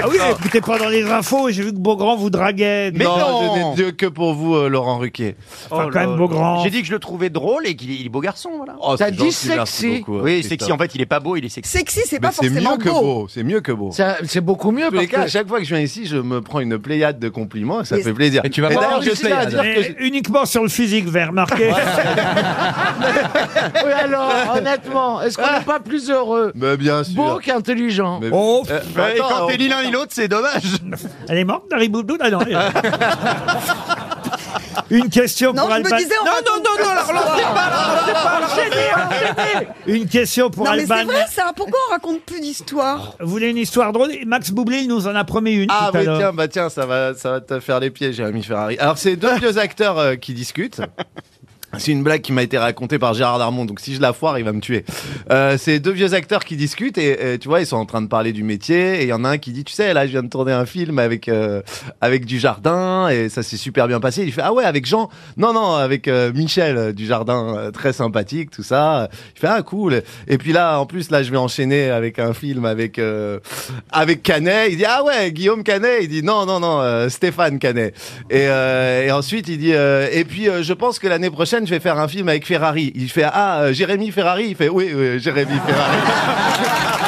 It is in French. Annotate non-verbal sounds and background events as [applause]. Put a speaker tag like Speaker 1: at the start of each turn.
Speaker 1: Ah oui, écoutez, pendant les infos, j'ai vu que Beaugrand vous draguait.
Speaker 2: Mais non, je n'ai Dieu que pour vous, euh, Laurent Ruquier.
Speaker 1: Enfin, quand même, Beaugrand.
Speaker 3: Oh J'ai dit que je le trouvais drôle et qu'il est il est beau garçon, voilà.
Speaker 2: Oh,
Speaker 4: T'as
Speaker 2: c'est
Speaker 4: dit
Speaker 2: gentil, merci
Speaker 4: sexy.
Speaker 2: beaucoup, euh,
Speaker 3: oui,
Speaker 2: Christophe.
Speaker 3: sexy. En fait, il est pas beau, il est sexy.
Speaker 5: Sexy, c'est
Speaker 2: Mais
Speaker 5: pas
Speaker 2: c'est mieux
Speaker 5: forcément
Speaker 2: que
Speaker 5: beau.
Speaker 2: beau. C'est mieux que beau.
Speaker 4: Ça- C'est beaucoup mieux
Speaker 2: tous les
Speaker 4: parce
Speaker 2: cas, à
Speaker 4: que
Speaker 2: chaque fois que je viens ici, je me prends une pléiade de compliments, ça
Speaker 5: Mais-
Speaker 2: fait plaisir.
Speaker 6: Et tu vas voir
Speaker 2: d'ailleurs, je
Speaker 6: Russie,
Speaker 2: tiens à
Speaker 6: là,
Speaker 2: dire que
Speaker 1: Mais uniquement sur le physique, vous avez remarqué.
Speaker 4: [laughs] Oui, alors, honnêtement, est-ce qu'on n'est pas plus heureux
Speaker 2: Mais bien Ah. sûr.
Speaker 4: Beau qu'intelligent.
Speaker 2: Mais-
Speaker 1: Oh,
Speaker 2: Euh,
Speaker 3: Ouais, et
Speaker 2: attends,
Speaker 3: quand
Speaker 2: on-
Speaker 3: t'es ni l'un ni l'autre, c'est dommage.
Speaker 1: elle est morte, Dari Boudou Ah non. elle
Speaker 2: [laughs]
Speaker 1: est- Une question
Speaker 5: Non,
Speaker 1: pour
Speaker 5: je me
Speaker 1: Alban.
Speaker 5: disais, on raconte
Speaker 1: non, non, la relancez pas, la relancez pas, la
Speaker 5: [laughs]
Speaker 1: relancez pas. Une question pour
Speaker 5: Non, mais c'est
Speaker 1: Alban.
Speaker 5: vrai, ça. Pourquoi on raconte plus d'histoires
Speaker 1: Vous voulez une histoire drôle Max Boublil nous en a promis une
Speaker 2: Ah
Speaker 1: tout à
Speaker 2: oui,
Speaker 1: l'heure.
Speaker 2: tiens, bah tiens, ça va, ça va te faire les pieds, Jérémy Ferrari. Alors,
Speaker 1: [laughs]
Speaker 2: c'est deux vieux acteurs euh, qui discutent. C'est une blague qui m'a été racontée par Gérard Darmon, donc si je la foire, il va me tuer. Euh, c'est deux vieux acteurs qui discutent et, et tu vois, ils sont en train de parler du métier et il y en a un qui dit, tu sais, là, je viens de tourner un film avec euh, avec du jardin et ça s'est super bien passé. Il fait, ah ouais, avec Jean Non, non, avec euh, Michel du jardin, très sympathique, tout ça. Il fait, ah cool. Et puis là, en plus, là, je vais enchaîner avec un film avec euh, avec Canet. Il dit, ah ouais, Guillaume Canet. Il dit, non, non, non, euh, Stéphane Canet. Et, euh, et ensuite, il dit, euh, et puis, euh, je pense que l'année prochaine, je vais faire un film avec Ferrari. Il fait, ah, euh, Jérémy Ferrari. Il fait, oui, oui, Jérémy Ferrari.